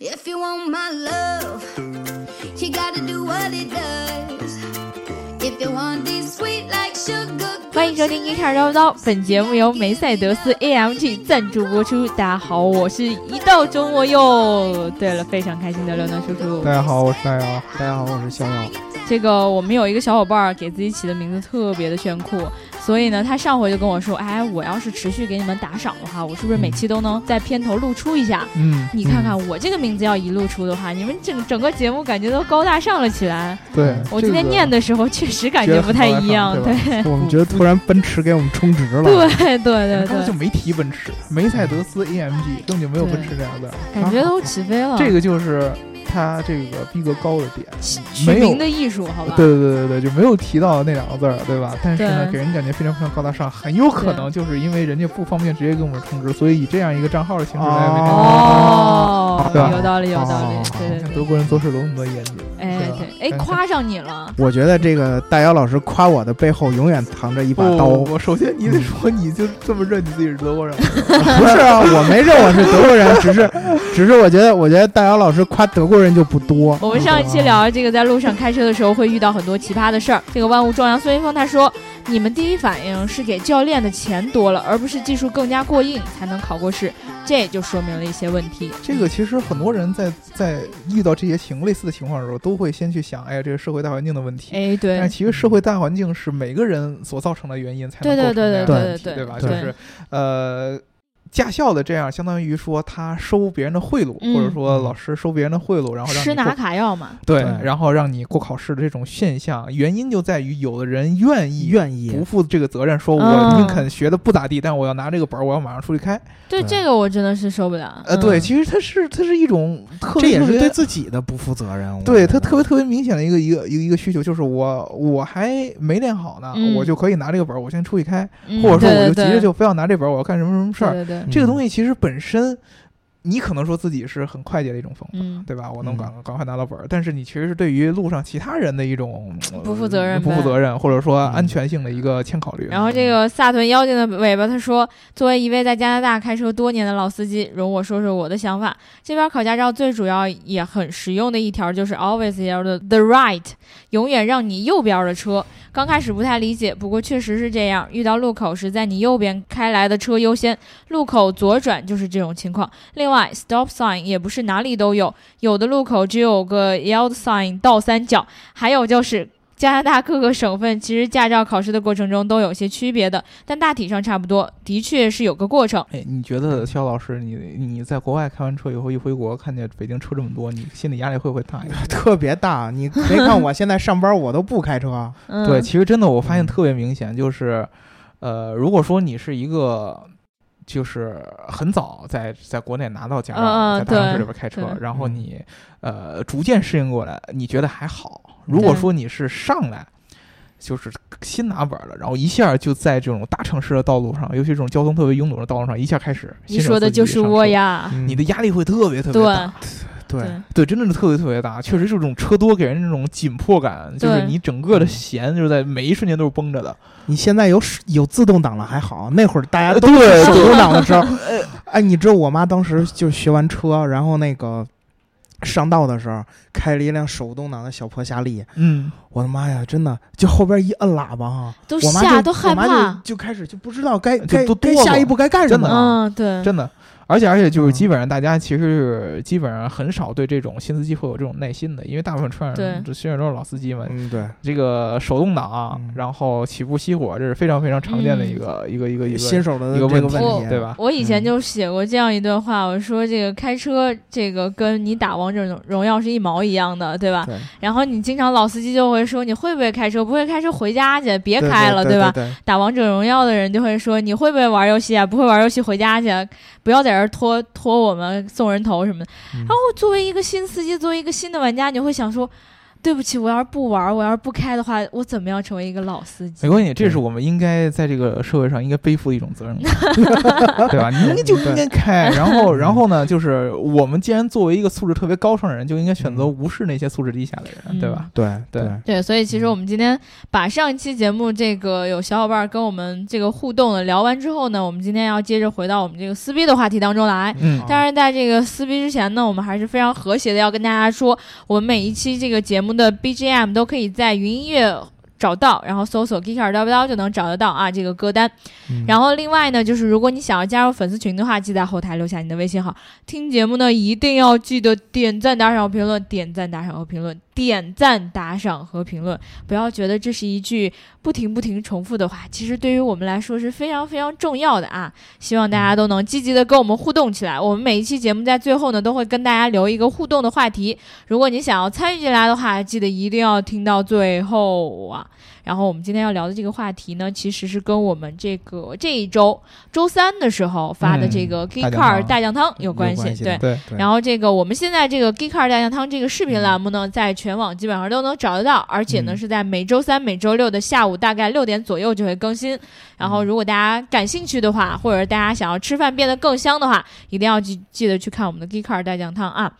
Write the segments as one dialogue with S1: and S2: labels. S1: If you want my love, you gotta do what it does. If you want this sweet like sugar,
S2: 欢迎收听《一叉叨叨》，本节目由梅赛德斯 AMG 赞助播出。大家好，我是一到周末又……对了，非常开心的刘能叔叔
S3: 大。家好，我是大姚。大家好，我是逍遥。
S2: 这个我们有一个小伙伴儿给自己起的名字特别的炫酷，所以呢，他上回就跟我说：“哎，我要是持续给你们打赏的话，我是不是每期都能在片头露出一下？”
S3: 嗯，
S2: 你看看我这个名字要一露出的话，你们整整个节目感觉都高大上了起来。
S3: 嗯，对，
S2: 我今天念的时候确实感
S3: 觉
S2: 觉
S3: 得
S2: 不太一样，
S3: 很高大
S2: 对
S3: 上这个， 我们觉得突然奔驰给我们充值了。
S2: 对对对
S3: 刚才就
S2: 对，
S3: 没提奔驰，梅赛德斯 AMG 根本就没有奔驰这样的，
S2: 感觉都起飞了。
S3: 这个就是他这个逼格高的点。
S2: 取
S3: 没
S2: 取
S3: 有
S2: 名的艺术，好吧？
S3: 对对对对对，就没有提到那两个字儿，对吧？但是呢，
S2: 对
S3: 给人感觉非常非常高大上，很有可能就是因为人家不方便直接给我们充值，所以以这样一个账号的形式来为大家
S2: 哦，
S3: 对吧
S2: 有道理，有道
S4: 哦
S2: 理，对对
S3: 看
S2: 对，
S3: 德国人做事多么的严谨，
S2: 哎
S3: 对吧
S2: 对，哎，夸上你了，
S4: 我觉得这个大姚老师夸我的背后永远藏着一把刀。
S2: 哦
S4: 嗯
S3: 不，哦我首先你得说你就这么认你自己是德国人，
S4: 不是啊，我没认我是德国人，只是， 只是我觉得，我觉得大姚老师夸德国人就不多。
S2: 我们上一期聊这个，在路上开车的时候会遇到很多奇葩的事儿。这个万物壮阳孙云峰他说：“你们第一反应是给教练的钱多了，而不是技术更加过硬才能考过试，这也就说明了一些问 题。
S3: 这个其实很多人在在遇到这些情类似的情况的时候，都会先去想，哎呀，这个社会大环境的问”题。
S2: 哎，
S3: 但
S2: 对
S3: 是，其实社会大环境是每个人所造成的原因才
S2: 对对
S3: 能构成那
S2: 对
S3: 样的
S2: 对
S3: 问题，
S2: 对
S3: 对吧？
S2: 对
S3: 就是呃，驾校的这样相当于说他收别人的贿赂，
S2: 嗯
S3: 或者说老师收别人的贿赂，然后让
S2: 吃
S3: 你
S2: 拿
S3: 过
S2: 卡要嘛，
S3: 对
S4: 对，
S3: 然后让你过考试的这种现象，原因就在于有的人愿意
S4: 愿
S3: 不
S4: 意，
S3: 负这个责任，说
S2: 嗯
S3: 我宁肯学的不咋地，但我要拿这个本儿，我要马上出去开。
S2: 对
S4: 对
S2: 这个我真的是受不了。
S3: 呃，
S2: 嗯
S3: 对，，其实它是它是一种特
S4: 这
S3: 别
S4: 也
S3: 特
S4: 是
S3: 别
S4: 对自己的不负责任。我
S3: 对
S4: 觉
S3: 它
S4: 得
S3: 特别特别明显的一个一个一个一个需求，就是我我还没练好呢，
S2: 嗯
S3: 我就可以拿这个本儿，我先出去开，
S2: 嗯
S3: 或者说我就
S2: 对
S3: 急
S2: 对
S3: 着就非要拿这本儿，我要干什么什么事儿。
S2: 对对对，
S4: 嗯
S3: 这个东西其实本身，你可能说自己是很快捷的一种方法。
S2: 嗯，
S3: 对吧？我能
S4: 嗯
S3: 赶赶快拿到本儿，但是你其实是对于路上其他人的一种呃
S2: 不负责任
S3: 不
S2: 呗
S3: 负责任，或者说安
S4: 嗯
S3: 全性的一个欠考虑。
S2: 然后这个萨屯妖精的尾巴，他说：“作为一位在加拿大开车多年的老司机，容我说说我的想法。这边考驾照最主要也很实用的一条就是 always y e l l the right，永远让你右边的车。刚开始不太理解，不过确实是这样。遇到路口时，在你右边开来的车优先，路口左转就是这种情况。另外，stop sign 也不是哪里都有，有的路口只有个 yield sign 倒三角，还有就是。加拿大各个省份其实驾照考试的过程中都有些区别的，但大体上差不多，的确是有个过程。
S3: 哎，你觉
S4: 嗯
S3: 得肖老师，你你在国外开完车以后，一回国看见北京车这么多，你心理压力会不会大一点？
S4: 特 别大，你没看我现在上班我都不开车，
S2: 嗯，
S3: 对，其实真的我发现
S4: 嗯
S3: 特别明显，就是，呃，如果说你是一个。就是很早在在国内拿到驾照，
S2: 嗯嗯
S3: 在大城市
S2: 对
S3: 里边开车
S2: 对，
S3: 然后
S4: 嗯
S3: 你呃逐渐适应过来，你觉得还好。如果
S2: 对
S3: 说你是上来就是新拿本儿了，然后一下就在这种大城市的道路上，尤其这种交通特别拥堵的道路上，一下开始，
S2: 你说的就是我
S3: 我呀。
S2: 呀，
S4: 嗯
S3: 你的压力会特别特别
S2: 对
S3: 大，
S4: 对
S2: 对
S3: 对，真的是特别特别大，确实是这种车多给人那种紧迫感，就是
S2: 对
S3: 你整
S4: 嗯
S3: 个的弦就是在每一瞬间都是绷着的。
S4: 你现在有手有自动挡了还好，那会儿大家
S3: 呃
S4: 都
S3: 对
S4: 是手动挡的 时候，
S2: 呃
S4: 哎，你知道我妈当时就学完车，然后那个上道的时候开了一辆手动挡的小破夏利，
S3: 嗯，
S4: 我的妈呀，真的就后边一摁喇叭哈，
S2: 都
S4: 我妈
S2: 吓
S4: 就
S2: 都害
S4: 我妈
S2: 怕
S4: 就，啊就开始就不知道该
S3: 就
S4: 该
S3: 都
S4: 该
S3: 哆嗦
S4: 下一步该干什
S3: 真的啊
S4: 么了。
S2: 嗯，对，
S3: 真的。而且而且就是
S4: 嗯
S3: 基本上大家其实是基本上很少对这种新司机会有这种耐心的，因为大部分车
S2: 对
S3: 上这虽然都是老司机嘛，
S4: 嗯，对，
S3: 这个手动挡啊
S4: 嗯，
S3: 然后起步熄火这是非常非常常见的一个一个一个一
S4: 新
S3: 个
S4: 手的
S3: 一
S4: 这
S3: 个
S4: 个
S3: 问
S4: 问
S3: 题
S2: 嗯
S3: 哦
S2: 我
S4: 题，啊
S3: 对？吧？
S2: 我以
S4: 嗯
S2: 前就写过这样一段话，我说这个开车这个跟你打王者荣耀是一毛一样的，对吧？
S4: 对
S2: 然后你经常老司机就会说你会不会开车，不会开车回家去，别
S4: 对
S2: 开了，
S4: 对
S2: 吧？
S4: 对，
S2: 打王者荣耀的人就会说：“你会不会玩游戏啊？不会玩游戏回家去，啊不要在这儿拖拖我们送人头什么的。
S4: 嗯
S2: 然后作为一个新司机，作为一个新的玩家，你会想说。对不起，我要是不玩儿，我要是不开的话，我怎么样成为一个老司机
S3: 没？关系，这是我们应该在这个社会上应该背负的一种责 任感， 对吧？你就应该开，然后，然后呢，就是我们既然作为一个素质特别高尚的人，就应该选择无视那些素质低下的人，
S2: 嗯
S3: 对吧？
S4: 对
S3: 对
S2: 对，所以其实
S4: 嗯
S2: 我们今天把上一期节目这个有小伙伴跟我们这个互动的聊完之后呢，我们今天要接着回到我们这个撕逼的话题当中来。
S3: 嗯
S4: 好
S2: 但是在这个撕逼之前呢，我们还是非常和谐的要跟大家说，我们每一期这个节目的 BGM 都可以在云音乐找到，然后搜索 Geeker 叨不叨就能找得到啊这个歌单。
S4: 嗯
S2: 然后另外呢，就是如果你想要加入粉丝群的话，记得在后台留下你的微信号。听节目呢，一定要记得点赞、打赏和评论，点赞、打赏和评论，点赞、打赏和评论。不要觉得这是一句不停不停重复的话，其实对于我们来说是非常非常重要的啊！希望大家都能积极的跟我们互动起来。我们每一期节目在最后呢，都会跟大家留一个互动的话题。如果你想要参与进来的话，记得一定要听到最后啊！然后我们今天要聊的这个话题呢，其实是跟我们这个这一周周三的时候发的这
S4: 嗯
S2: 个 Geek
S3: 大酱
S2: Car
S3: 汤
S2: 大酱汤有
S4: 有
S2: 关
S4: 关
S2: 系，
S4: 系的
S2: 对。
S3: 对，
S4: 对
S2: 然后这个我们现在这个 Geeker 大酱汤这个视频栏目呢，在全网基本上都能找得到，而且呢
S4: 嗯
S2: 是在每周三、每周六的下午大概六点左右就会更新。然
S4: 嗯
S2: 后如果大家感兴趣的话，或者大家想要吃饭变得更香的话，一定要记记得去看我们的 Geeker 大酱汤啊。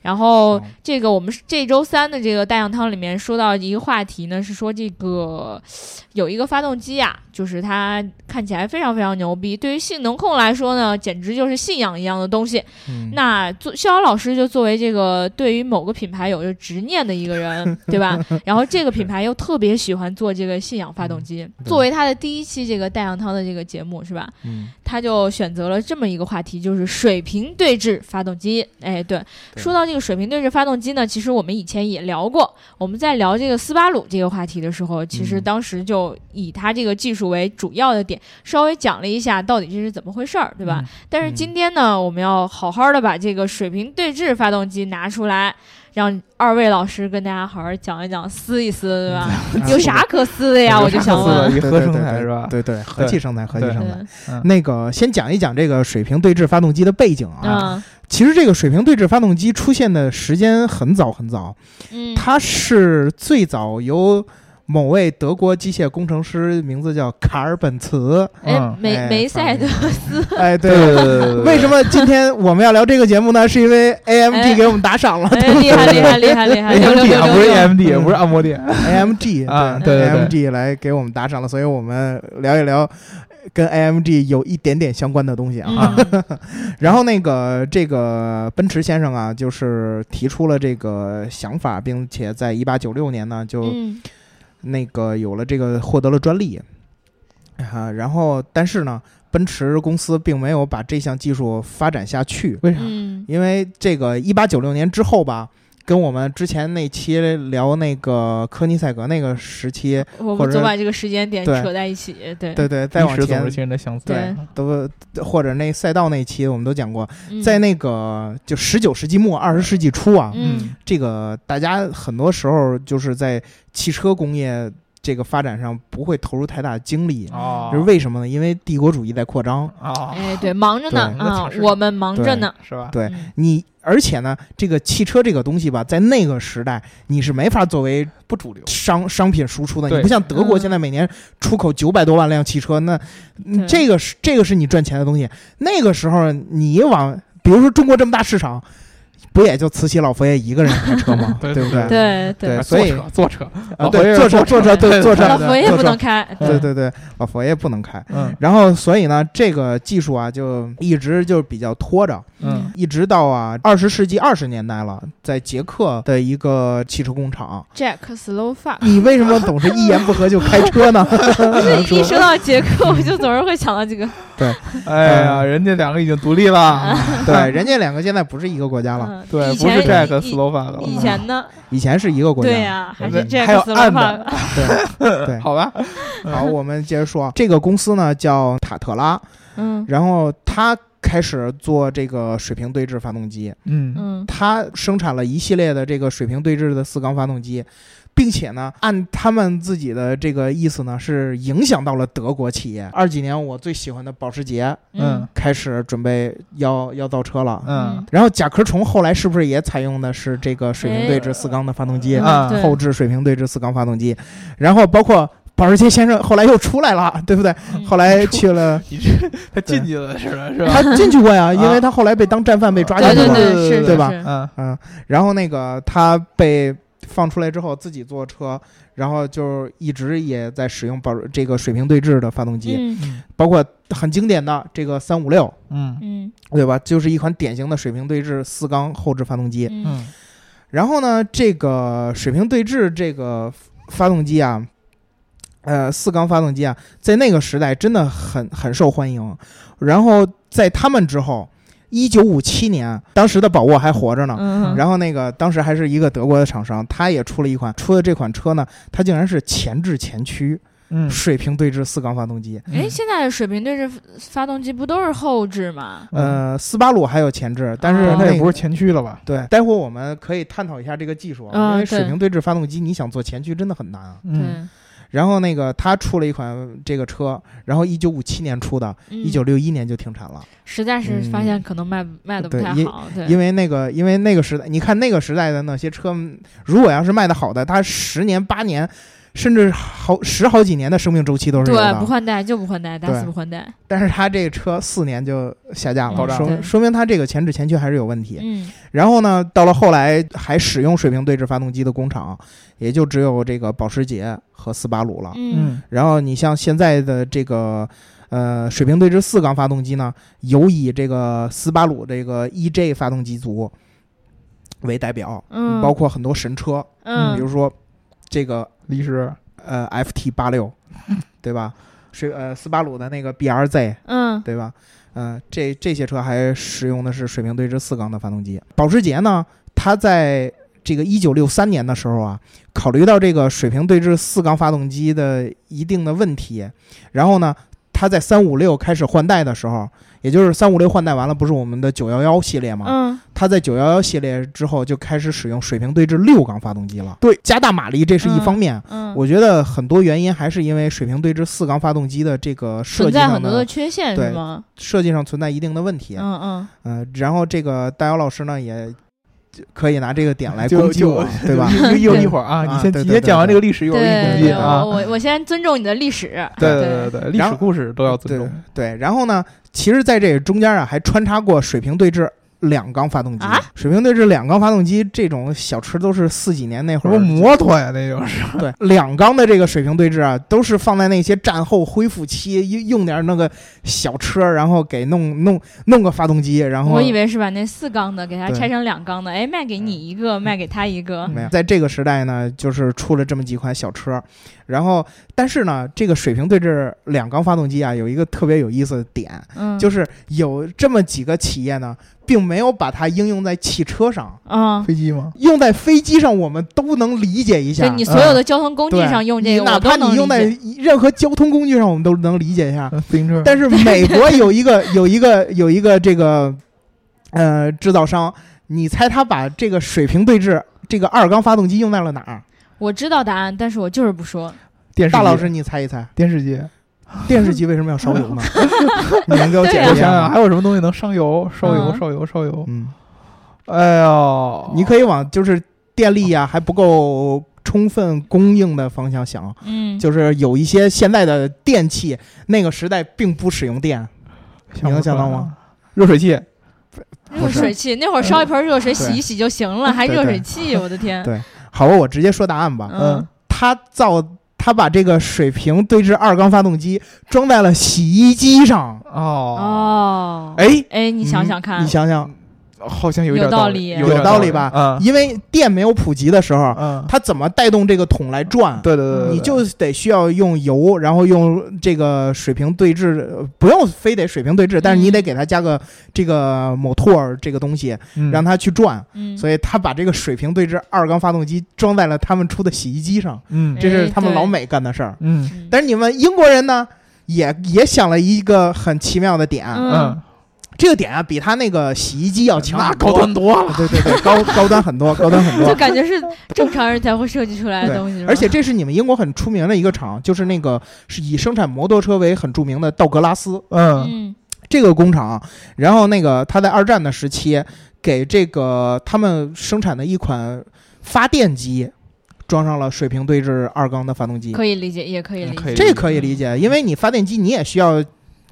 S2: 然后
S4: 好
S2: 这个我们是这周三的这个大酱汤里面说到一个话题呢，是说这个有一个发动机呀、就是它看起来非常非常牛逼，对于性能控来说呢，简直就是信仰一样的东西。
S4: 嗯
S2: 那作逍遥老师就作为这个对于某个品牌有着执念的一个 人，对吧？然后这个品牌又特别喜欢做这个信仰发动机，
S4: 嗯对
S2: 作为他的第一期这个带氧汤的这个节目是吧？
S4: 嗯
S2: 他就选择了这么一个话题，就是水平对置发动机。哎，对，
S4: 对
S2: 说到这个水平对置发动机呢，其实我们以前也聊过，我们在聊这个斯巴鲁这个话题的时候，其实
S4: 嗯
S2: 当时就以它这个技术为主要的点，稍微讲了一下到底这是怎么回事儿，对吧？但是今天呢，我们要好好的把这个水平对置发动机拿出来，让二位老师跟大家好好讲一讲，撕一撕，对吧？
S4: 嗯
S2: 有啥可撕的 呀？
S3: 有
S2: 啊我就
S3: 啥
S2: 想
S3: 可撕的
S2: 问。
S3: 以
S4: 对
S3: 和
S4: 对
S3: 生
S4: 对
S3: 材
S4: 对
S3: 是吧
S4: 对对，和气生财，和气
S3: 对
S4: 生财
S2: 嗯。
S4: 那个先讲一讲这个水平对置发动机的背景啊。
S2: 嗯
S4: 其实这个水平对置发动机出现的时间很早很早，
S2: 嗯
S4: 它是最早由某位德国机械工程师，名字叫卡尔 本茨。
S2: 哎，
S3: 嗯，
S2: 梅
S4: 哎
S2: 梅赛德斯，
S4: 哎，
S3: 对
S4: 对。
S3: 对对，
S4: 为什么今天我们要聊这个节目呢？是 因为 AMD 给我们打赏 了，
S2: 哎，厉害厉害厉害厉害，六六
S3: AMD
S2: 六
S3: 啊？不
S2: 六
S3: 是
S2: 六，
S3: AMD，不是按摩店，
S2: 嗯
S4: AMG
S3: 啊
S4: 对
S3: 对对
S4: AMG 来给我们打赏了，所以我们聊一聊跟 AMG 有一点点相关的东西啊。
S2: 嗯
S4: 然后那个这个奔驰先生啊，就是提出了这个想法，并且在一八九六年呢，就
S2: 嗯
S4: 那个有了这个获得了专利啊。然后但是呢，奔驰公司并没有把这项技术发展下去，
S3: 为啥？
S2: 嗯
S4: 因为这个一八九六年之后吧。跟我们之前那期聊那个科尼塞格那个时期，
S2: 我
S4: 或
S2: 们
S4: 者
S2: 总把这个时间点
S4: 对
S2: 扯在一起，对
S4: 对，对，再
S3: 历
S4: 往
S3: 史总
S4: 前
S3: 是亲人的相似，
S2: 对
S4: 都或者那赛道那期我们都讲过，
S2: 嗯
S4: 在那个就十九世纪末二十世纪初啊，
S2: 嗯
S4: 这个大家很多时候就是在汽车工业这个发展上不会投入太大精力，
S3: 哦，
S4: 就是为什么呢？因为帝国主义在扩张，
S3: 啊，
S2: 哎对，忙着呢
S4: 对
S2: 啊
S3: 那是，
S2: 我们忙着呢，
S3: 是吧？
S4: 对
S2: 嗯
S4: 你而且呢，这个汽车这个东西吧，在那个时代你是没法作为
S3: 不主流，
S4: 商商品输出的，
S3: 对
S4: 你不像德国
S2: 嗯
S4: 现在每年出口九百多万辆汽车，那嗯
S2: 对
S4: 这个是这个是你赚钱的东西。那个时候你往，比如说中国这么大市场，不也就慈禧老佛爷一个人开车吗？
S3: 对
S4: 不
S3: 对
S4: 对？
S2: 对
S4: 对
S3: 啊
S4: 所以
S3: 坐车，坐车，
S4: 啊，
S3: 老佛爷
S4: 对，坐车坐车对坐车，
S2: 老佛爷
S4: 坐
S2: 不
S4: 车
S2: 能开，
S4: 对对对，老佛爷不能开。
S3: 嗯
S4: 然后，所以呢，这个技术啊，就一直就比较拖着，
S3: 嗯，
S4: 一直到啊二十世纪二十年代了，在捷克的一个汽车 工厂，
S2: Jack Slovak。
S4: 你为什么总是一言不合就开 车呢？
S2: 不是一说到杰克，我就总是会想到这个。嗯
S3: 哎呀，人家两个已经独立了，
S4: 对，人家两个现在不是一个国家了，
S2: 嗯
S3: 对，
S2: 以
S3: 不是
S2: 前
S3: Jack
S2: 以
S3: Slovak 了，
S2: 以前呢？
S4: 以前嗯是一个国家。
S2: 对呀，还是
S3: 嗯
S2: Jack
S3: 还有暗的
S2: Slovak。
S4: 对对，
S3: 好吧？
S4: 好，我们接着说，这个公司呢叫塔特拉，
S2: 嗯
S4: 然后它开始做这个水平对置发动机，
S3: 嗯
S2: 嗯
S4: 它生产了一系列的这个水平对置的四缸发动机，并且呢，按他们自己的这个意思呢，是影响到了德国企业。二几年我最喜欢的保时捷
S2: 嗯
S4: 开始准备要要造车了。
S3: 嗯
S4: 然后甲壳虫后来是不是也采用的是这个水平对置四缸的发动机？
S3: 嗯啊
S2: 对
S4: 后置水平对置四缸发动机，然后包括保时捷先生后来又出来了，对不对？
S2: 嗯
S4: 后来去了，
S3: 你这他进去了是吧？是吧？
S4: 他进去过呀，
S3: 啊
S4: 因为他后来被当战犯被抓进
S2: 对
S4: 去
S2: 对
S4: 过。
S2: 对是是
S4: 对吧
S2: 是
S3: 嗯
S4: 嗯，然后那个他被放出来之后自己坐车，然后就一直也在使用保这个水平对置的发动机，
S2: 嗯
S4: 包括很经典的这个三五六，
S3: 嗯
S2: 嗯
S4: 对吧？就是一款典型的水平对置四缸后置发动机。
S2: 嗯
S3: 嗯
S4: 然后呢，这个水平对置这个发动机啊，呃，四缸发动机啊，在那个时代真的很很受欢迎。然后在他们之后，一九五七年，当时的宝沃还活着呢。
S2: 嗯，
S4: 啊然后那个当时还是一个德国的厂商，他也出了一款，出的这款车呢，它竟然是前置前驱
S3: 嗯，
S4: 水平对置四缸发动机。
S2: 哎，现在水平对置发动机不都是后置吗？
S3: 嗯，啊
S4: 呃，斯巴鲁还有前置，但是
S2: 哦
S3: 那
S4: 那个
S3: 也不是前驱了吧？
S4: 对，待会儿我们可以探讨一下这个技术，啊，
S2: 嗯
S4: 因为水
S2: 对
S4: 平对置发动机，你想做前驱真的很难啊。
S3: 嗯
S2: 对，
S4: 然后那个他出了一款这个车，然后一九五七年出的，一
S2: 一
S4: 九六一年就停产了，
S2: 嗯实在是发现可能卖卖的不太好，对，
S4: 因为那个因为那个时代，你看那个时代的那些车，如果要是卖的好的，它十年八年，甚至好十好几年的生命周期都是有
S2: 对不
S4: 的。
S2: 换代就不换代，打
S4: 对
S2: 死不换代，
S4: 但是它这个车四年就下架
S2: 爆
S4: 了，
S3: 炸
S4: 说
S2: 了
S4: 明说明它这个前置前驱还是有问题。
S2: 嗯
S4: 然后呢，到了后来还使用水平对置发动机的工厂，也就只有这个保时捷和斯巴鲁了。
S2: 嗯
S3: 嗯
S4: 然后你像现在的这个呃水平对置四缸发动机呢，有以这个斯巴鲁这个 EJ 发动机组为代表，
S2: 嗯，
S4: 包括很多神车，比
S2: 嗯
S4: 如说这个
S3: 李师，
S4: 呃 FT 八六，对吧？是呃斯巴鲁的那个 BRZ，
S2: 嗯
S4: 对吧？呃，这这些车还使用的是水平对置四缸的发动机。保时捷呢，它在这个一九六三年的时候啊，考虑到这个水平对置四缸发动机的一定的问题，然后呢，它在三五六开始换代的时候，也就是三五六换代完了，不是我们的九幺幺系列吗？
S2: 嗯
S4: 它在九幺幺系列之后就开始使用水平对置六缸发动机了。对，加大马力这是一方面。
S2: 嗯，
S4: 我觉得很多原因还是因为水平对置四缸发动机的这个设
S2: 存
S4: 计
S2: 在
S4: 上
S2: 很多
S4: 的
S2: 的缺陷
S4: 对
S2: 是吗？
S4: 设计上存在一定的问题。
S2: 嗯嗯，
S4: 嗯、然后这个大姚老师呢，也就可以拿这个点 来
S3: 就
S4: 攻击
S3: 就
S4: 我，对 吧？
S3: 又又一会儿啊，
S4: 对
S3: 你先
S4: 对
S3: 你
S4: 对
S3: 先讲完
S4: 对
S3: 这个历史，一会儿我给你攻击
S2: 对，
S3: 啊
S2: 我。我我先尊重你的历史，
S3: 对对对，历
S4: 然
S3: 史
S4: 后
S3: 故事都要尊
S4: 对
S3: 重。
S4: 对，然后呢，其实在这中间啊，还穿插过水平对置两缸发动机。
S2: 啊
S4: 水平对置两缸发动机这种小吃都是四几年那
S3: 不
S4: 会
S3: 是
S4: 儿。
S3: 摩托呀，那就是
S4: 对，两缸的这个水平对置啊，都是放在那些战后恢复期用用点那个小车，然后给弄弄弄个发动机，然后
S2: 我以为是把那四缸的给它
S4: 对嗯
S2: 拆成两缸的，哎，卖给你一个，卖给他一 个，
S4: 没有，在这个时代呢，就是出了这么几款小车，然后但是呢，这个水平对置两缸发动机啊，有一个特别有意思的点，
S2: 嗯，
S4: 就是是有这么几个企业呢，并没有把它应用在汽车上，
S2: 啊，
S3: 飞机吗？
S4: 用在飞机上，我们都能理解一
S2: 就
S4: 下。
S2: 你所有的交通工具
S4: 啊对
S2: 上用这
S4: 你
S2: 个，
S4: 哪
S2: 我都
S4: 怕
S2: 能
S4: 你
S2: 理
S4: 用在
S2: 解。
S4: 任何交通工具上，我们都能理解一下。
S3: 嗯自行车。
S4: 但是美国有一个 有一个有一个这个呃制造商，你猜他把这个水平对置这个二缸发动机用在了哪儿？
S2: 我知道答案，但是我就是不说。
S4: 啊
S3: 电视
S4: 大老
S3: 机
S4: 师，你猜一猜，
S3: 电视机，
S4: 电视机为什么要烧 油呢？你能给我解
S2: 对啊
S4: 释
S3: 我
S4: 一
S3: 想
S4: 下
S3: 想
S4: 吗？
S3: 还有什么东西能上油、烧油、
S2: 嗯
S3: 烧油、烧油？
S4: 嗯，
S3: 哎呦，
S4: 你可以往就是电力呀、还不够充分供应的方向想，
S2: 嗯，
S4: 就是有一些现在的电器，那个时代并不使用电，
S3: 想
S4: 你能
S3: 不出
S4: 想
S3: 来
S4: 到
S3: 了
S4: 吗？
S3: 热水器，
S2: 热水器那会儿烧一盆热水洗一洗就行了，还
S4: 对
S2: 热水器，我的天！
S4: 对啊好吧，我直接说答案吧。
S2: 嗯，
S4: 他造他把这个水平对置二缸发动机装在了洗衣机上，
S3: 哦，
S2: 哦，
S4: 哎，
S2: 哎，你想想看
S4: 你，想想，
S3: 好像有一
S2: 有
S3: 点
S2: 道理
S3: 理，
S2: 有
S3: 一点
S4: 道
S3: 理
S4: 理吧
S3: 嗯
S4: 因为电没有普及的时候，
S3: 嗯，
S4: 它怎么带动这个桶来转？
S3: 对对对对对，
S4: 你就得需要用油，然后用这个水平对置，呃不用非得水平对置，但是你得给它加个这个 motor 这个东西，
S3: 嗯
S4: 让它去转。
S2: 嗯，
S4: 所以他把这个水平对置二缸发动机装在了他们出的洗衣机上，
S3: 嗯
S4: 这是他们
S2: 哎
S4: 老美干的事儿。
S3: 嗯
S2: 嗯
S4: 但是你们英国人呢，也也想了一个很奇妙的点，啊
S2: 嗯
S3: 嗯
S4: 这个点啊，比它那个洗衣机要强
S3: 那
S4: 很
S3: 高
S4: 多，
S3: 端多了。
S4: 对对对，高高端很多，高端很
S2: 就
S4: 多。
S2: 感觉是正常人才会设计出来的东西，是吧
S4: 而且这是你们英国很出名的一个厂，就是那个是以生产摩托车为很著名的道格拉斯
S3: 嗯
S2: 嗯
S4: 这个工厂。然后那个他在二战的时期给这个他们生产的一款发电机装上了水平对置二缸的发动机，
S2: 可以理解，也可以理
S3: 可
S2: 解，
S3: 以
S4: 这嗯可以理解，因为你发电机你也需要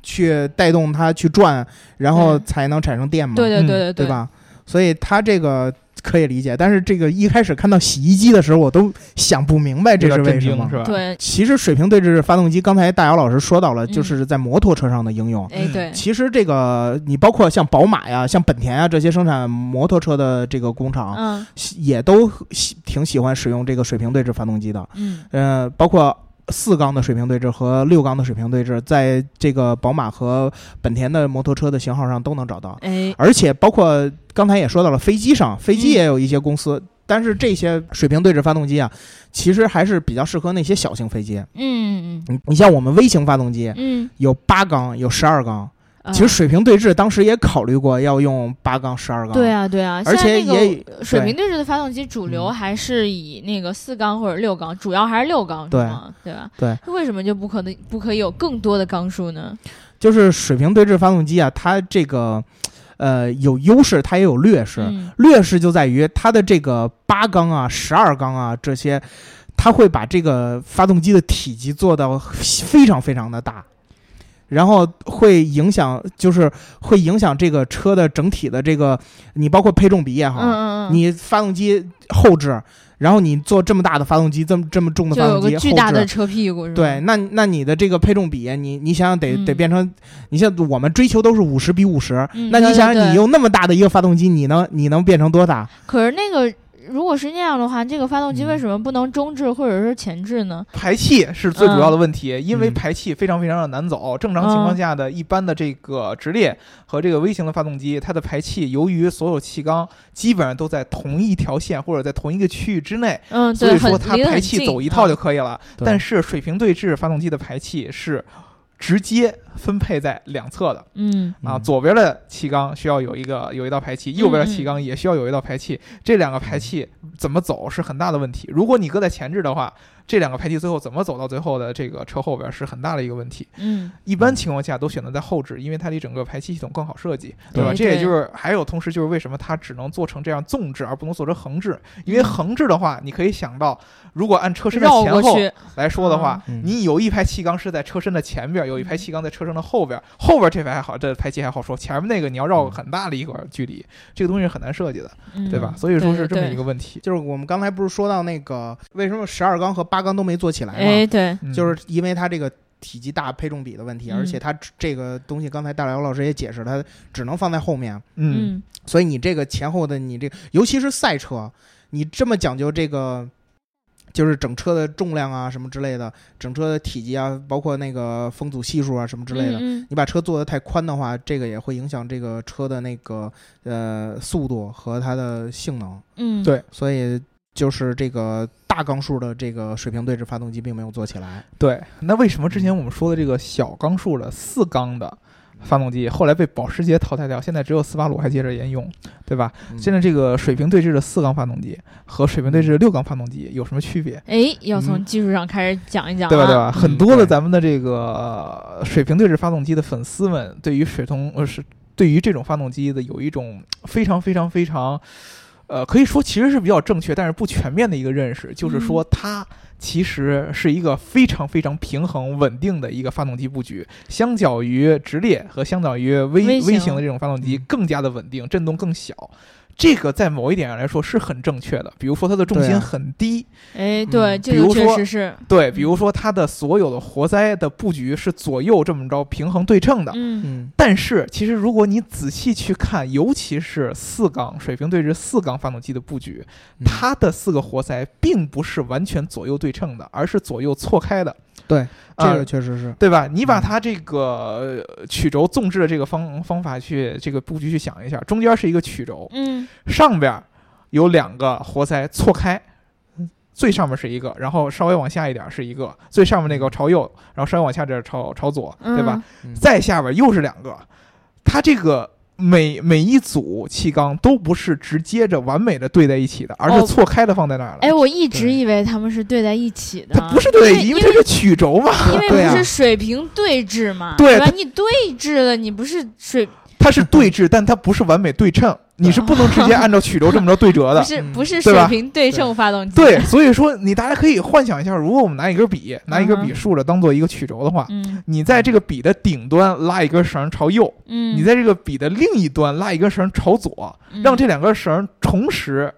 S4: 去带动它去转，然后
S2: 嗯
S4: 才能产生电嘛，
S2: 对对
S3: 嗯
S2: 对
S4: 对
S2: 对，
S4: 吧？所以它这个可以理解，但是这个一开始看到洗衣机的时候，我都想不明白这
S3: 有
S4: 是
S3: 点震
S4: 为什
S3: 惊
S4: 么
S3: 是。吧？，
S2: 对，
S4: 其实水平对置发动机，刚才大姚老师说到了，
S2: 嗯
S4: 就是在摩托车上的应用。
S2: 哎对，
S4: 其实这个你包括像宝马呀、像本田啊这些生产摩托车的这个工厂，
S2: 嗯
S4: 也都喜挺喜欢使用这个水平对置发动机的。
S2: 嗯
S4: 呃，包括四缸的水平对置和六缸的水平对置，在这个宝马和本田的摩托车的型号上都能找到，
S2: 哎
S4: 而且包括刚才也说到了飞机上，飞机
S2: 嗯
S4: 也有一些公司。但是这些水平对置发动机啊，其实还是比较适合那些小型飞机。
S2: 嗯嗯
S4: 你你像我们微型发动机，
S2: 嗯，
S4: 有八缸，有十二缸。
S2: 嗯
S4: 其实水平对置当时也考虑过要用八缸、十二缸。
S2: 对啊，对啊，
S4: 而且
S2: 现在那
S4: 也
S2: 个水
S4: 对
S2: 平对置的发动机主流
S4: 嗯
S2: 还是以那个四缸或者六缸，主要还是六缸，是
S4: 对
S2: 吗？对吧？
S4: 对，
S2: 为什么就不可能不可以有更多的缸数呢？
S4: 就是水平对置发动机啊，它这个，呃，有优势，它也有劣势。
S2: 嗯
S4: 劣势就在于它的这个八缸啊、十二缸啊这些，它会把这个发动机的体积做到非常非常的大，然后会影响，就是会影响这个车的整体的这个，你包括配重比也好，
S2: 嗯嗯嗯，
S4: 你发动机后置，然后你做这么大的发动机，这么这么重的
S2: 就
S4: 发
S2: 有
S4: 动
S2: 个
S4: 机，
S2: 巨大
S4: 后
S2: 的
S4: 置。
S2: 车屁股是吧？
S4: 对，，那那你的这个配重比，你你想想得、得
S2: 嗯
S4: 变成，你像我们追求都是五十比五十、
S2: 嗯
S4: 那你
S2: 对
S4: 想
S2: 对
S4: 想，你用那么大的一个发动机，你能你能变成多大？
S2: 可是那个。如果是那样的话，这个发动机
S4: 嗯
S2: 为什么不能中置或者是前置呢？
S3: 排气是最主要的问题，因为
S4: 嗯
S3: 排气非常非常的难走。正常情况下的一般的这个直列和这个微型的发动机，它的排气由于所有气缸基本上都在同一条线或者在同一个区域之内，
S2: 嗯，
S3: 所
S2: 对，
S3: 以
S2: 很
S3: 说它
S2: 离得
S3: 排
S2: 很
S3: 气
S2: 近
S3: 走一套就
S2: 嗯
S3: 可以了。
S4: 对
S3: 但是水平对置发动机的排气是直接分配在两侧的。
S2: 嗯嗯
S3: 啊，
S4: 嗯
S3: 左边的气缸需要有一个有一道排气，右边的气缸也需要有一道排气。这两个排气怎么走是很大的问题。如果你搁在前置的话，这两个排气最后怎么走到最后的这个车后边是很大的一个问题。
S2: 嗯，
S3: 一般情况下都选择在后置，因为它离整个排气系统更好设计，对吧？
S2: 对
S3: 这也就是还有同时就是为什么它只能做成这样纵置而不能做成横置，因为横置的话，你可以想到，如果按车身的
S2: 嗯绕
S3: 前
S2: 过
S3: 后
S2: 去，
S3: 来说的话，
S4: 嗯
S3: 你有一排气缸是在车身的前边，
S2: 嗯
S3: 有一排气缸在车身的后边，后边这排还好，这排气还好说，前面那个你要绕很大的一个距离，这个东西是很难设计的，
S2: 嗯
S3: 对吧？所以说是这么一。
S2: 对
S3: 个问题。
S4: 就是我们刚才不是说到那个为什么十二缸和八缸都没做起来吗？
S2: 对哎，对，
S3: 嗯
S4: 就是因为它这个体积大、配重比的问题，
S2: 嗯
S4: 而且它只这个东西，刚才大辽老师也解释，它只能放在后面，
S3: 嗯，
S2: 嗯
S4: 所以你这个前后的你这，尤其是赛车，你这么讲究这个。就是整车的重量啊，什么之类的，整车的体积啊，包括那个风阻系数啊，什么之类的，
S2: 嗯嗯
S4: 你把车做得太宽的话，这个也会影响这个车的那个呃速度和它的性能。
S2: 嗯，
S3: 对
S4: 所以就是这个大缸数的这个水平对置发动机并没有做起来。
S3: 对。那为什么之前我们说的这个小缸数的四缸的发动机，后来被保时捷淘汰掉，现在只有斯巴鲁还接着沿用，对吧？
S4: 嗯
S3: 现在这个水平对置的四缸发动机和水平对置的六缸发动机有什么区别？
S2: 哎，要从
S3: 嗯
S2: 技术上开始讲一讲、啊
S3: 对吧？对吧？
S4: 嗯
S3: 很多的
S4: 对
S3: 咱们的这个呃水平对置发动机的粉丝们，对于水通呃是对于这种发动机的有一种非常非常非常，呃，可以说其实是比较正确，但是不全面的一个认识，就是说
S2: 嗯
S3: 它其实是一个非常非常平衡稳定的一个发动机布局，相较于直列和相较于微
S2: 微型
S3: 微型的这种发动机
S4: 嗯
S3: 更加的稳定，震动更小。这个在某一点上来说是很正确的，比如说它的重
S4: 对
S3: 心
S4: 啊
S3: 很低，
S2: 哎，对，
S4: 嗯
S2: 这
S3: 比
S2: 个
S3: 如
S2: 确
S3: 说
S2: 实是，
S3: 对，比如说它的所有的活塞的布局是左右这么着平衡对称的。
S2: 嗯
S4: 嗯
S3: 但是其实如果你仔细去看，尤其是四缸水平对置四缸发动机的布局，
S4: 嗯
S3: 它的四个活塞并不是完全左右对称的，而是左右错开的。
S4: 对
S3: 啊，
S4: 这个确实是，
S3: 对吧？你把
S4: 嗯
S3: 它这个呃曲轴纵置的这个方方法去这个布局去想一下，中间是一个曲轴，
S2: 嗯
S3: 上边儿有两个活塞错开，最上面是一个，然后稍微往下一点儿是一个，最上面那个朝右，然后稍微往下点儿朝朝左，对吧？
S2: 嗯
S4: 嗯
S3: 再下边又是两个，它这个每每一组气缸都不是直接着完美的对在一起的，而是错开的放在那儿了。
S2: 哦哎，我一直以为他们是对在一起的，
S3: 它不是对在一
S2: 因
S3: 起，因
S2: 为
S3: 为它是曲轴嘛，
S2: 因为
S4: 对啊
S2: 不是水平对峙嘛，
S3: 对
S2: 吧
S3: 它？
S2: 你对峙了，你不是水，
S3: 它是 对峙，但它不是完美对称，你是不能直接按照曲轴这么着对折
S2: 不
S3: 的。
S2: 是
S4: 嗯
S2: 不是
S3: 对
S2: 水
S3: 吧
S2: 平对称发动机，
S3: 对，啊所以说你大家可以幻想一下，如果我们拿一根笔，拿一根
S2: 嗯
S3: 笔竖着当做一个曲轴的话，
S2: 嗯
S3: 你在这个笔的顶端拉一根绳朝右，
S2: 嗯，
S3: 你在这个笔的另一端拉一根绳朝左，
S2: 嗯
S3: 让这两根绳同时。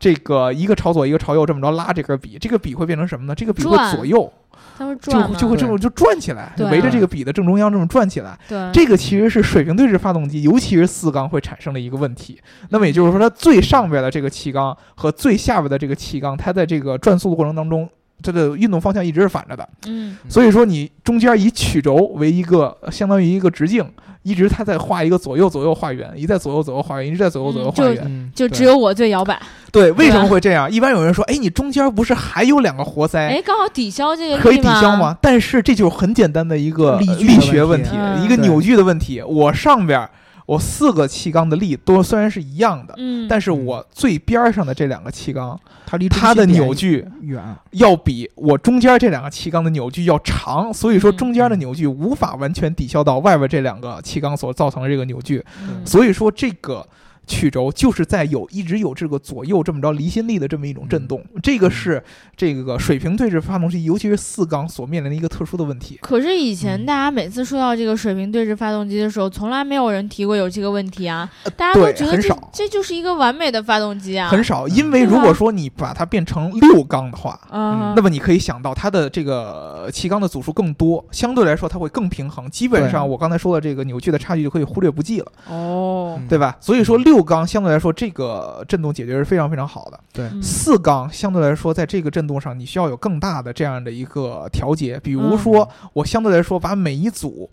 S3: 这个一个朝左，一个朝右，这么着拉这根笔，这个笔会变成什么呢？这个笔会
S2: 转
S3: 左右，
S2: 它会转
S3: 就
S2: 吗
S3: 就会这么就转起来，
S2: 对嗯
S3: 围着这个笔的正中央这么转起来。
S2: 对
S3: 这个其实是水平对置发动机，尤其是四缸会产生的一个问题。那么也就是说，它最上边的这个气缸和最下边的这个气缸，它在这个转速的过程当中，它的运动方向一直是反着的。
S2: 嗯
S4: 嗯
S3: 所以说，你中间以曲轴为一个呃相当于一个直径，一直它在画一个左右左右画圆，一再左右左右画圆，一直在左右左右画圆。
S4: 嗯，
S2: 就
S3: 对
S2: 只有我最摇摆，
S3: 对，为什么会这样？一般有人说，哎，你中间不是还有两个活塞？
S2: 哎，刚好抵消这个
S3: 可以
S2: 力
S3: 抵消？吗？但是这就是很简单的一个
S4: 力矩
S3: 呃力
S4: 的
S3: 学
S4: 问
S3: 问
S4: 题
S3: 题，
S2: 嗯
S3: 一个
S4: 对
S3: 扭矩的问题。我上边儿我四个气缸的力都虽然是一样的，
S2: 嗯，
S3: 但是我最边儿上的这两个气缸，
S4: 它离
S3: 它的
S4: 中心点
S3: 扭矩
S4: 远，
S3: 要比我中间这两个气缸的扭矩要长，所以
S2: 嗯
S3: 说中间的扭矩无法完全抵消到外边这两个气缸所造成的这个扭矩，
S2: 嗯
S3: 所以说这个。曲轴就是在有一直有这个左右这么着离心力的这么一种
S2: 嗯
S3: 震动，这个是这个水平对置发动机，尤其是四缸所面临的一个特殊的问题。
S2: 可是以前
S4: 嗯
S2: 大家每次说到这个水平对置发动机的时候，从来没有人提过有这个问题啊，大家都
S3: 呃对
S2: 觉得
S3: 很
S2: 这
S3: 少
S2: 这就是一个完美的发动机啊，
S3: 很少，因为如果说你把它变成六缸的话，
S2: 啊，
S3: 那么你可以想到它的这个呃气缸的组数更多，相对来说它会更平衡。基
S2: 啊
S3: 本上
S4: 对
S3: 我刚才说的这个扭矩的差距就可以忽略不计了，
S2: 哦，
S4: 嗯
S3: 对吧？所以说六缸相对来说这个震动解决是非常非常好的。
S2: 嗯
S3: 四缸相对来说在这个震动上你需要有更大的这样的一个调节，比如说我相对来说把每一组。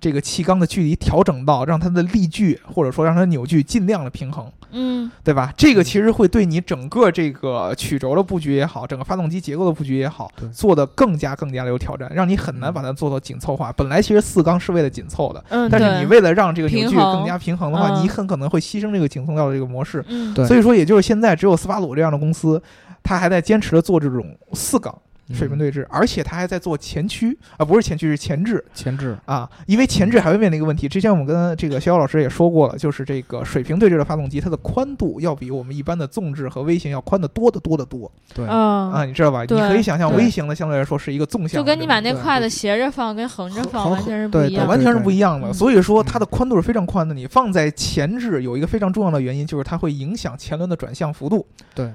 S3: 这个气缸的距离调整到让它的力矩或者说让它的扭矩尽量的平衡，
S2: 嗯
S3: 对吧？这个其实会对你整个这个曲轴的布局也好，整个发动机结构的布局也好
S4: 对，
S3: 做的更加更加的有挑战，让你很难把它做到紧凑化。本来其实四缸是为了紧凑的，
S2: 嗯，
S3: 但是
S2: 对
S3: 你为了让这个扭矩
S2: 平衡
S3: 更加平衡的话，
S2: 嗯
S3: 你很可能会牺牲这个紧凑掉的这个模式。
S2: 嗯
S4: 对
S3: 所以说，也就是现在只有斯巴鲁这样的公司，它还在坚持的做这种四缸
S4: 嗯
S3: 水平对置，而且它还在做前驱啊、不是前驱是前置，
S4: 前置，
S3: 啊，因为前置还会面临一个问题，之前我们跟这个肖老师也说过了，就是这个水平对置的发动机，它的宽度要比我们一般的纵置和微型要宽得多得多得多
S4: 对，
S2: 嗯
S3: 啊，你知道吧？你
S2: 对
S3: 可以想象，
S4: 对
S3: 微型的相对来说是一个纵向
S2: 就
S3: 的这
S2: 跟
S3: 么
S2: 你
S3: 一个，
S2: 把那
S4: 对
S2: 筷子斜着放跟横着放
S4: 好
S2: 完全是不
S4: 对
S2: 一
S4: 对
S2: 样的。
S3: 完全是不一样
S2: 对
S3: 的，
S2: 对嗯
S3: 所以说它的宽度是非常宽的。你放在前置有一个非常重要的原因，就是它会影响前轮的转向幅度，
S4: 对，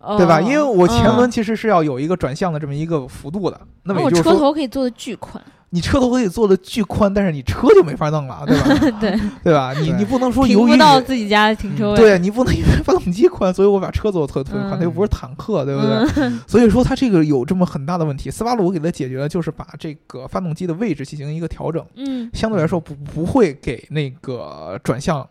S2: 哦
S3: 对吧？因为我前轮
S2: 嗯
S3: 其实是要有一个转向的这么一个幅度的，那么
S2: 那
S3: 也
S2: 我
S3: 就是
S2: 车
S3: 说，
S2: 头可以做的巨宽，
S3: 你车头可以做的巨宽，但是你车就没法弄了，对吧？
S2: 对，
S3: 对吧？你
S4: 对
S3: 你不能说
S2: 停
S3: 由于
S2: 不
S3: 你
S2: 到自己家的停车位。
S3: 对你不能因为发动机宽，所以我把车做得特特别宽，
S2: 嗯
S3: 它又不是坦克，对不对？
S2: 嗯
S3: 所以说它这个有这么很大的问题。斯巴鲁给它解决的就是把这个发动机的位置进行一个调整，
S2: 嗯
S3: 相对来说不不会给那个转向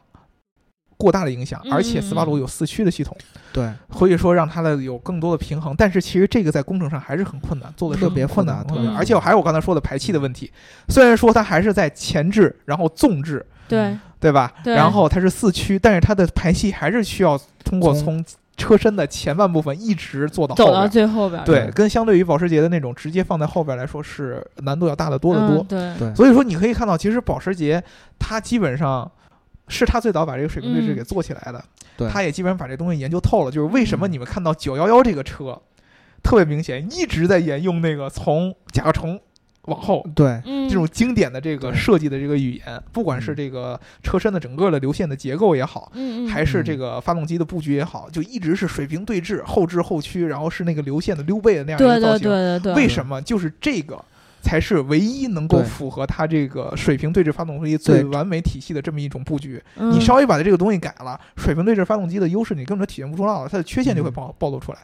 S3: 过大的影响，
S2: 嗯
S3: 而且斯巴鲁有四驱的系统，
S4: 对，
S3: 所以说让它的有更多的平衡。但是其实这个在工程上还是很困难，做的
S4: 特别
S3: 困
S4: 复
S3: 难
S4: 杂，
S3: 的工
S4: 特
S3: 作，
S4: 别
S2: 嗯
S4: 复
S3: 而且还有我刚才说的排气的问题，虽然说它还是在前置，然后纵置。
S2: 对，
S3: 对吧？
S2: 对
S3: 然后它是四驱，但是它的排气还是需要通过
S4: 从
S3: 从车身的前半部分一直做到
S2: 走
S3: 后
S2: 到
S3: 边。
S2: 最后边儿
S3: 对，
S4: 嗯
S3: 跟相对于保时捷的那种直接放在后边来说，是难度要大得多得
S2: 嗯
S3: 多。
S2: 对，
S4: 对，
S3: 所以说，你可以看到，其实保时捷它基本上是它最早把这个水平对置
S2: 嗯
S3: 给做起来的，
S4: 对
S3: 它也基本上把这东西研究透了。就是为
S2: 嗯
S3: 什么你们看到911这个车特别明显，一直在沿用那个从甲壳虫往后
S4: 对，
S2: 嗯，
S3: 这种经典的这个
S4: 对
S3: 设计的这个语言，不管是
S4: 嗯
S3: 这个车身的整个的流线的结构也好，
S2: 嗯嗯
S3: 还是这个发动机的布局也好，就一直是水平对置、后置后驱，然后是那个流线的溜背的那样一
S2: 对
S3: 个造
S2: 对对
S3: 型。
S2: 对对，
S3: 为什么？就是这个。才是唯一能够
S4: 对
S3: 符合它这个水平对置发动机
S4: 对
S3: 最完美体系的这么一种布局。
S2: 嗯
S3: 你稍微把这个东西改了，水平对置发动机的优势你根本就体现不出来了，它的缺
S4: 嗯
S3: 陷就会暴暴露出来。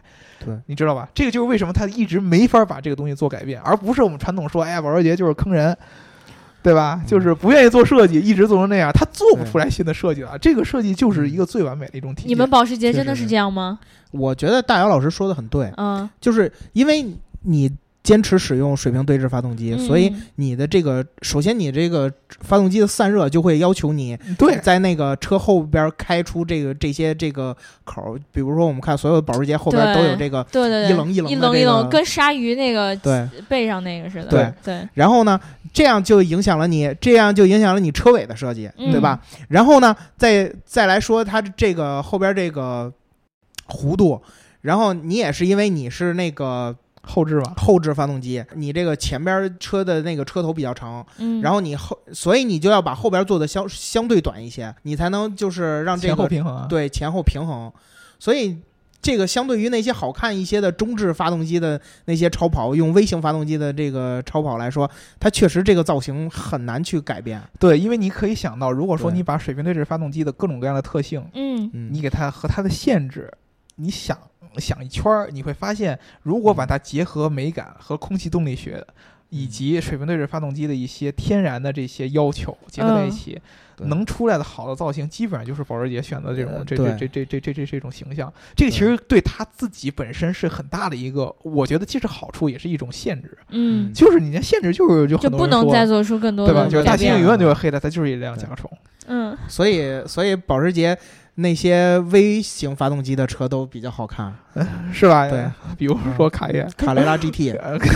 S4: 对，
S3: 你知道吧？这个就是为什么他一直没法把这个东西做改变，而不是我们传统说，哎呀，保时捷就是坑人，对吧？
S4: 嗯
S3: 就是不愿意做设计，一直做成那样，他做不出来新的设计了。这个设计就是
S4: 嗯
S3: 一个最完美的一种体验。
S2: 你们保时捷真的
S4: 确实
S2: 是
S4: 是
S2: 这样吗？
S4: 我觉得大姚老师说的很对，
S2: 嗯
S4: 就是因为你。坚持使用水平对置发动机，所以
S2: 嗯
S4: 你的这个首先你这个发动机的散热就会要求你
S3: 对，
S4: 在那个车后边开出这个这些这个口儿，比如说我们看所有的保时捷后边
S2: 对
S4: 都有这个
S2: 对对对，
S4: 一棱
S2: 一
S4: 一棱的
S2: 棱
S4: 这
S2: 棱
S4: 个
S2: 跟鲨鱼那个
S4: 对，
S2: 背上那个似的。
S4: 对
S2: 对，
S4: 然后呢，这样就影响了你，这样就影响了你车尾的设计，
S2: 嗯
S4: 对吧？然后呢，再再来说它这个后边这个弧度，然后你也是因为你是那个
S3: 后置吧，
S4: 后置发动机，你这个前边车的那个车头比较长，
S2: 嗯，
S4: 然后你后，所以你就要把后边做的相相对短一些，你才能就是让这
S3: 前后
S4: 个
S3: 平衡啊。
S4: 对前后平衡，所以。这个相对于那些好看一些的中置发动机的那些超跑，用微型发动机的这个超跑来说，它确实这个造型很难去改变。
S3: 对，因为你可以想到，如果说
S4: 对
S3: 你把水平对置发动机的各种各样的特性，
S2: 嗯
S4: 嗯，
S3: 你给它和它的限制，你想想一圈儿，你会发现，如果
S4: 嗯
S3: 把它结合美感和空气动力学。以及水平对置发动机的一些天然的这些要求结合在一
S2: 嗯
S3: 起，
S4: 对
S3: 能出来的好的造型，基本上就是保时捷选择这种
S4: 呃
S3: 这这
S4: 对
S3: 这这这这这这种形象。这个其实对他自己本身是很大的一个，我觉得既是好处，也是一种限制。
S2: 嗯，
S3: 就是你的限制，就是就
S2: 就
S3: 很多
S2: 不
S3: 人
S2: 能
S3: 说
S2: 再做出更多
S3: 对吧？
S2: 的
S3: 就是
S2: 改
S3: 大猩猩
S2: 变。
S3: 永远就会黑的，它就是一辆甲虫。
S2: 嗯，
S4: 所以所以保时捷那些微型发动机的车都比较 好看，
S3: 是吧？
S4: 对，嗯
S3: 比如说卡宴，
S4: 卡雷拉 GT，
S3: 呃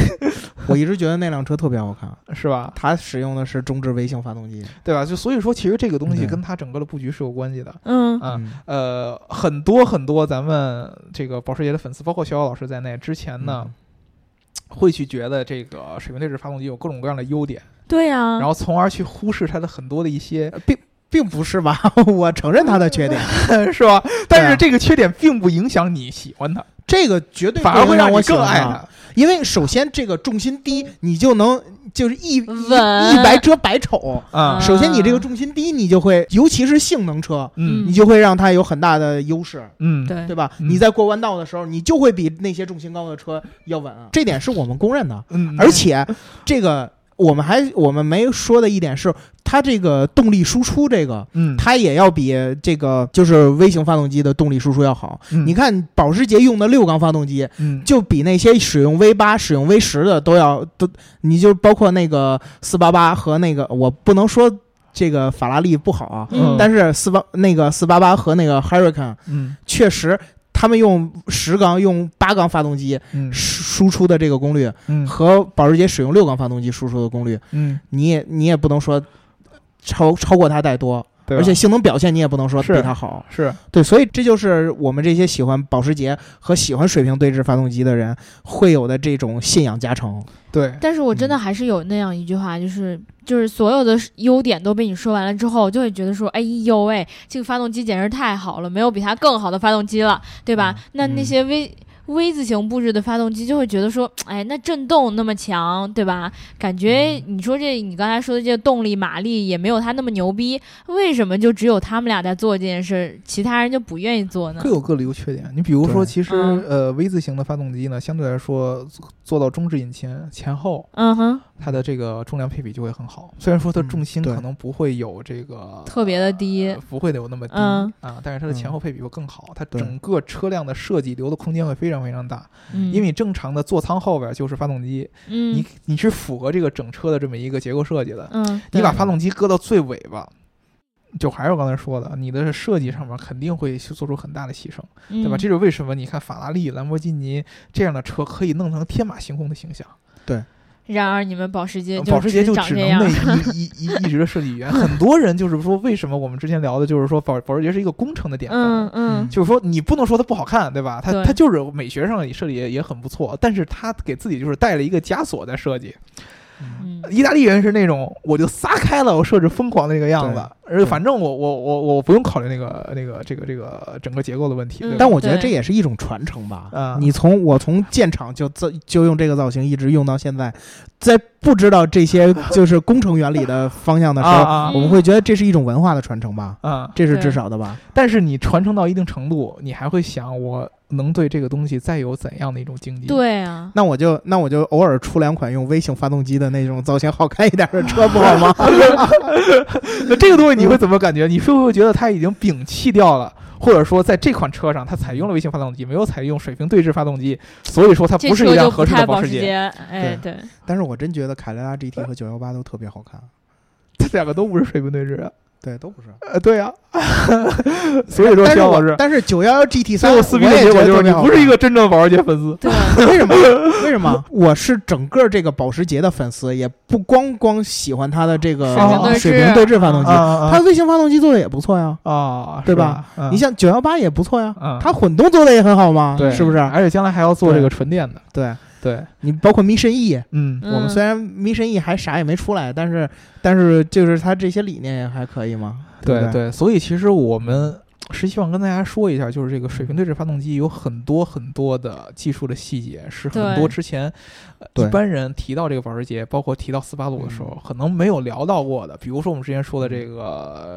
S4: 我一直觉得那辆车特别好看，
S3: 是吧？
S4: 它使用的是中置微型发动机。
S3: 对吧？就所以说，其实这个东西
S4: 对
S3: 跟它整个的布局是有关系的。
S2: 嗯
S3: 啊，呃，很多很多咱们这个保时捷的粉丝，包括逍遥老师在内，之前
S4: 嗯
S3: 呢，会去觉得这个水平对置发动机有各种各样的优点，
S2: 对呀
S4: 嗯
S3: 然，后从而去忽视它的很多的一些，
S4: 并并不是吧？ 我承认它的缺 点，
S3: 是吧？但
S4: 啊
S3: 是这个缺点并不影响你喜欢它，
S4: 这个绝对
S3: 反而
S4: 不
S3: 会
S4: 能让
S3: 让
S4: 我
S3: 你
S4: 喜
S3: 更
S4: 欢啊
S3: 爱
S4: 它
S3: 它。
S4: 因为首先这个重心低，你就能就是一一
S3: 嗯
S2: 稳
S4: 一白遮百丑。
S3: 啊
S2: 嗯
S4: 首先你这个重心低，你就会，尤其是性能车，
S3: 嗯
S4: 你就会让它有很大的优势。
S3: 嗯，
S2: 对
S4: 对吧？
S3: 嗯
S4: 你在过弯道的时候，你就会比那些重心高的车要稳，这点是我们公认的。
S3: 嗯，
S4: 而且，这个我们还我们没说的一点是，它这个动力输出这个，
S3: 嗯，
S4: 它也要比这个就是微型发动机的动力输出要好。
S3: 嗯
S4: 你看保时捷用的六缸发动机，
S3: 嗯
S4: 就比那些使用 V 八、使用 V 十的都要都，你就包括那个四八八和那个，我不能说这个法拉利不好啊，
S2: 嗯
S4: 但是四八那个四八八和那个 Hurricane
S3: 嗯
S4: 确实。他们用十缸、用八缸发动机
S3: 嗯
S4: 输输出的这个功率，
S3: 嗯
S4: 和保时捷使用六缸发动机输出的功率，
S3: 嗯，
S4: 你也你也不能说超超过它太多，
S3: 对吧，
S4: 而且性能表现你也不能说比
S3: 是
S4: 它好。
S3: 是
S4: 对，所以这就是我们这些喜欢保时捷和喜欢水平对置发动机的人会有的这种信仰加成。嗯
S3: 对，
S2: 但是我
S3: 嗯
S2: 真的还是有那样一句话，就是就是所有的优点都被你说完了之后，就会觉得说，哎呦喂，这个发动机简直太好了，没有比它更好的发动机了，对
S3: 嗯
S2: 吧？那那些 V。V 字形布置的发动机就会觉得说，哎，那震动那么强，对吧？感觉
S3: 嗯
S2: 你说这你刚才说的这个动力马力也没有它那么牛逼，为什么就只有他们俩在做这件事，其他人就不愿意做呢
S3: 各？有各的优缺点。你比如说，
S4: 对
S3: 其实
S2: 嗯
S3: 呃 V 字形的发动机呢，相对来说做做到中置引擎前后，
S2: 嗯哼，
S3: 它的这个重量配比就会很好。虽然说它
S4: 嗯
S3: 重心
S4: 对
S3: 可能不会有这个
S2: 特别的低
S3: 呃不会有那么低
S2: 嗯
S3: 啊，但是它的前
S4: 嗯
S3: 后配比会更好。它
S4: 对
S3: 整个车辆的设计留的空间会非常非常大，
S2: 嗯，
S3: 因为正常的座舱后边就是发动机，
S2: 嗯
S3: 你你是符合这个整车的这么一个结构设计的。
S2: 嗯，
S3: 你
S2: 对
S3: 把发动机搁到最尾巴，就还是我刚才说的，你的设计上面肯定会去做出很大的牺牲，对
S2: 嗯
S3: 吧？这就是为什么你看法拉利、兰博基尼这样的车可以弄成天马行空的形象，
S2: 然而你们保时捷就
S3: 呃保时捷就
S2: 长
S3: 只
S2: 这
S3: 能
S2: 样
S3: 那，一一一一直的设计语言。很多人就是说，为什么我们之前聊的就是说保保时捷是一个工程的典范。
S2: 嗯嗯
S4: 嗯
S3: 就是说，你不能说它不好看，对吧？它
S2: 对
S3: 它就是美学上也设计也也很不错，但是它给自己就是带了一个枷锁在设计，
S2: 嗯
S3: 意大利人是那种我就撒开了，我设置疯狂的那个样子，而
S4: 对
S3: 反正我我我我不用考虑那个那个这个这个整个结构的问题。
S2: 嗯
S3: 对吧
S4: 但我觉得
S2: 对
S4: 这也是一种传承吧。
S3: 啊
S4: 你从我从建厂就造就用这个造型，一直用到现在，在不知道 这些就是工程原理的方向的时
S3: 啊
S4: 候，
S3: 啊
S4: 我们嗯会觉得这是一种文化的传承吧，
S3: 啊！
S4: 这是
S2: 对
S4: 至少的吧。
S3: 但是你传承到一定程度，你还会想我能对这个东西再有怎样的一种经济？，
S2: 对啊，
S4: 那我就那我就偶尔出两款用微型发动机的那种造型好看一点的车，不好吗？
S2: 嗯
S3: 那这个东西你会怎么感觉？你是不是会觉得他已经摒弃掉了？或者说在这款车上它采用了微型发动机，没有采用水平对置发动机，所以说它
S2: 这
S3: 不是一
S2: 车就
S3: 辆
S2: 不
S3: 合适
S2: 太
S3: 的
S2: 保
S3: 保时捷。
S2: 捷，哎，对，
S4: 但是我真觉得凯雷拉 GT 和九幺八都特别好看，
S3: 这两个都不是水平对置啊。
S4: 对，都不是。
S3: 呃，对啊， 所以说
S4: 但是
S3: 肖老
S4: 我
S3: 师，
S4: 但是九幺幺 GT
S3: 最
S4: 三，
S3: 后撕逼的结果就是你不是一个真正的保时捷粉丝。
S2: 对，
S4: 为什么？为什么？我是整个这个保时捷的粉丝，也不光光喜欢它的这个
S3: 水平对
S2: 置
S4: 水平对置发动机，它
S3: 啊
S4: 微型发动机做的也不错呀。
S3: 啊啊，
S4: 对
S3: 是
S4: 吧
S3: 吧？
S4: 你像九幺八也不错呀
S3: 嗯，
S4: 它混动做的也很好嘛，
S3: 对，啊
S4: 是不是？
S3: 而且将来还要做这个纯电的，
S4: 对
S3: 对，
S4: 你包括 Mission E，
S3: 嗯
S2: 嗯
S4: 我们虽然 Mission E 还啥也没出来，但是但是就是它这些理念也还可以嘛。
S3: 对
S4: 不对，
S3: 对，所以其实我们是希望跟大家说一下，就是这个水平对置发动机有很多很多的技术的细节，是很
S2: 对
S3: 多之前、呃
S4: 对
S3: 一般人提到这个保时捷，包括提到斯巴鲁的时候，可能没有聊到过的。比如说我们之前说的这个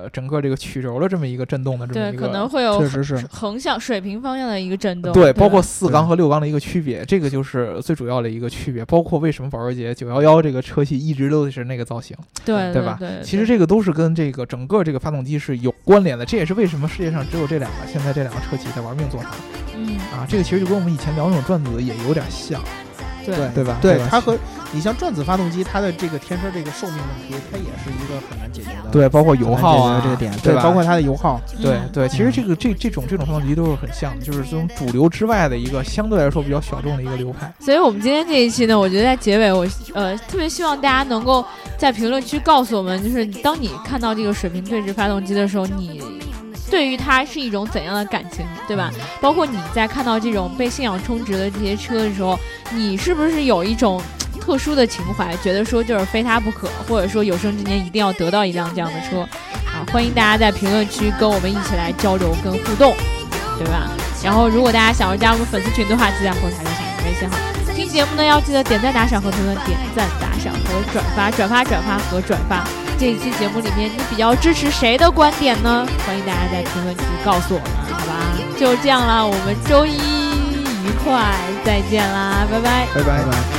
S3: 呃整个这个曲轴的这么一个震动的这么
S2: 对，
S3: 一
S2: 可
S3: 个。
S2: 能会有
S4: 确实是
S2: 横横向、水平方向的一个震动，
S3: 对，
S2: 吧
S3: 包括四缸和六缸的一个区别，这个就是最主要的一个区别。包括为什么保时捷911这个车系一直都是那个造型，
S2: 对
S3: 对吧
S2: 对，
S3: 其实这个都是跟这个整个这个发动机是有关联的。这也是为什么世界上只有这两个，现在这两个车企在玩命做它。
S2: 对嗯，
S3: 啊，这个其实就跟我们以前聊那种转子也有点像，啊
S2: 对
S3: 对吧？
S4: 对
S3: 吧
S4: 它和你像转子发动机，它的这个天生这个寿命问题，它也是一个很难解决的。
S3: 对，包括油
S4: 很难
S3: 耗
S4: 解决
S3: 啊
S4: 的这个点，
S3: 对吧，
S4: 包括它的油耗。
S3: 对
S2: 嗯
S3: 对，其实这个这这种这种发动机都是很像的，就是这种主流之外的一个相对来说比较小众的一个流派。
S2: 所以我们今天这一期呢，我觉得在结尾我，呃特别希望大家能够在评论区告诉我们，就是当你看到这个水平对置发动机的时候，你对于它是一种怎样的感情，对吧？包括你在看到这种被信仰充值的这些车的时候，你是不是有一种嘖特殊的情怀，觉得说就是非它不可，或者说有生之年一定要得到一辆这样的车啊？欢迎大家在评论区跟我们一起来交流跟互动，对吧？然后如果大家想要加入粉丝群的话，记得后台留下你的微信号。听节目呢，要记得点赞、打赏和评论，点赞、打赏和转发，转发、转发和转发。这一期节目里面，你比较支持谁的观点呢？欢迎大家在评论区告诉我们，好吧？就这样啦，我们周一愉快，再见啦，拜拜。
S3: 拜
S4: 拜拜。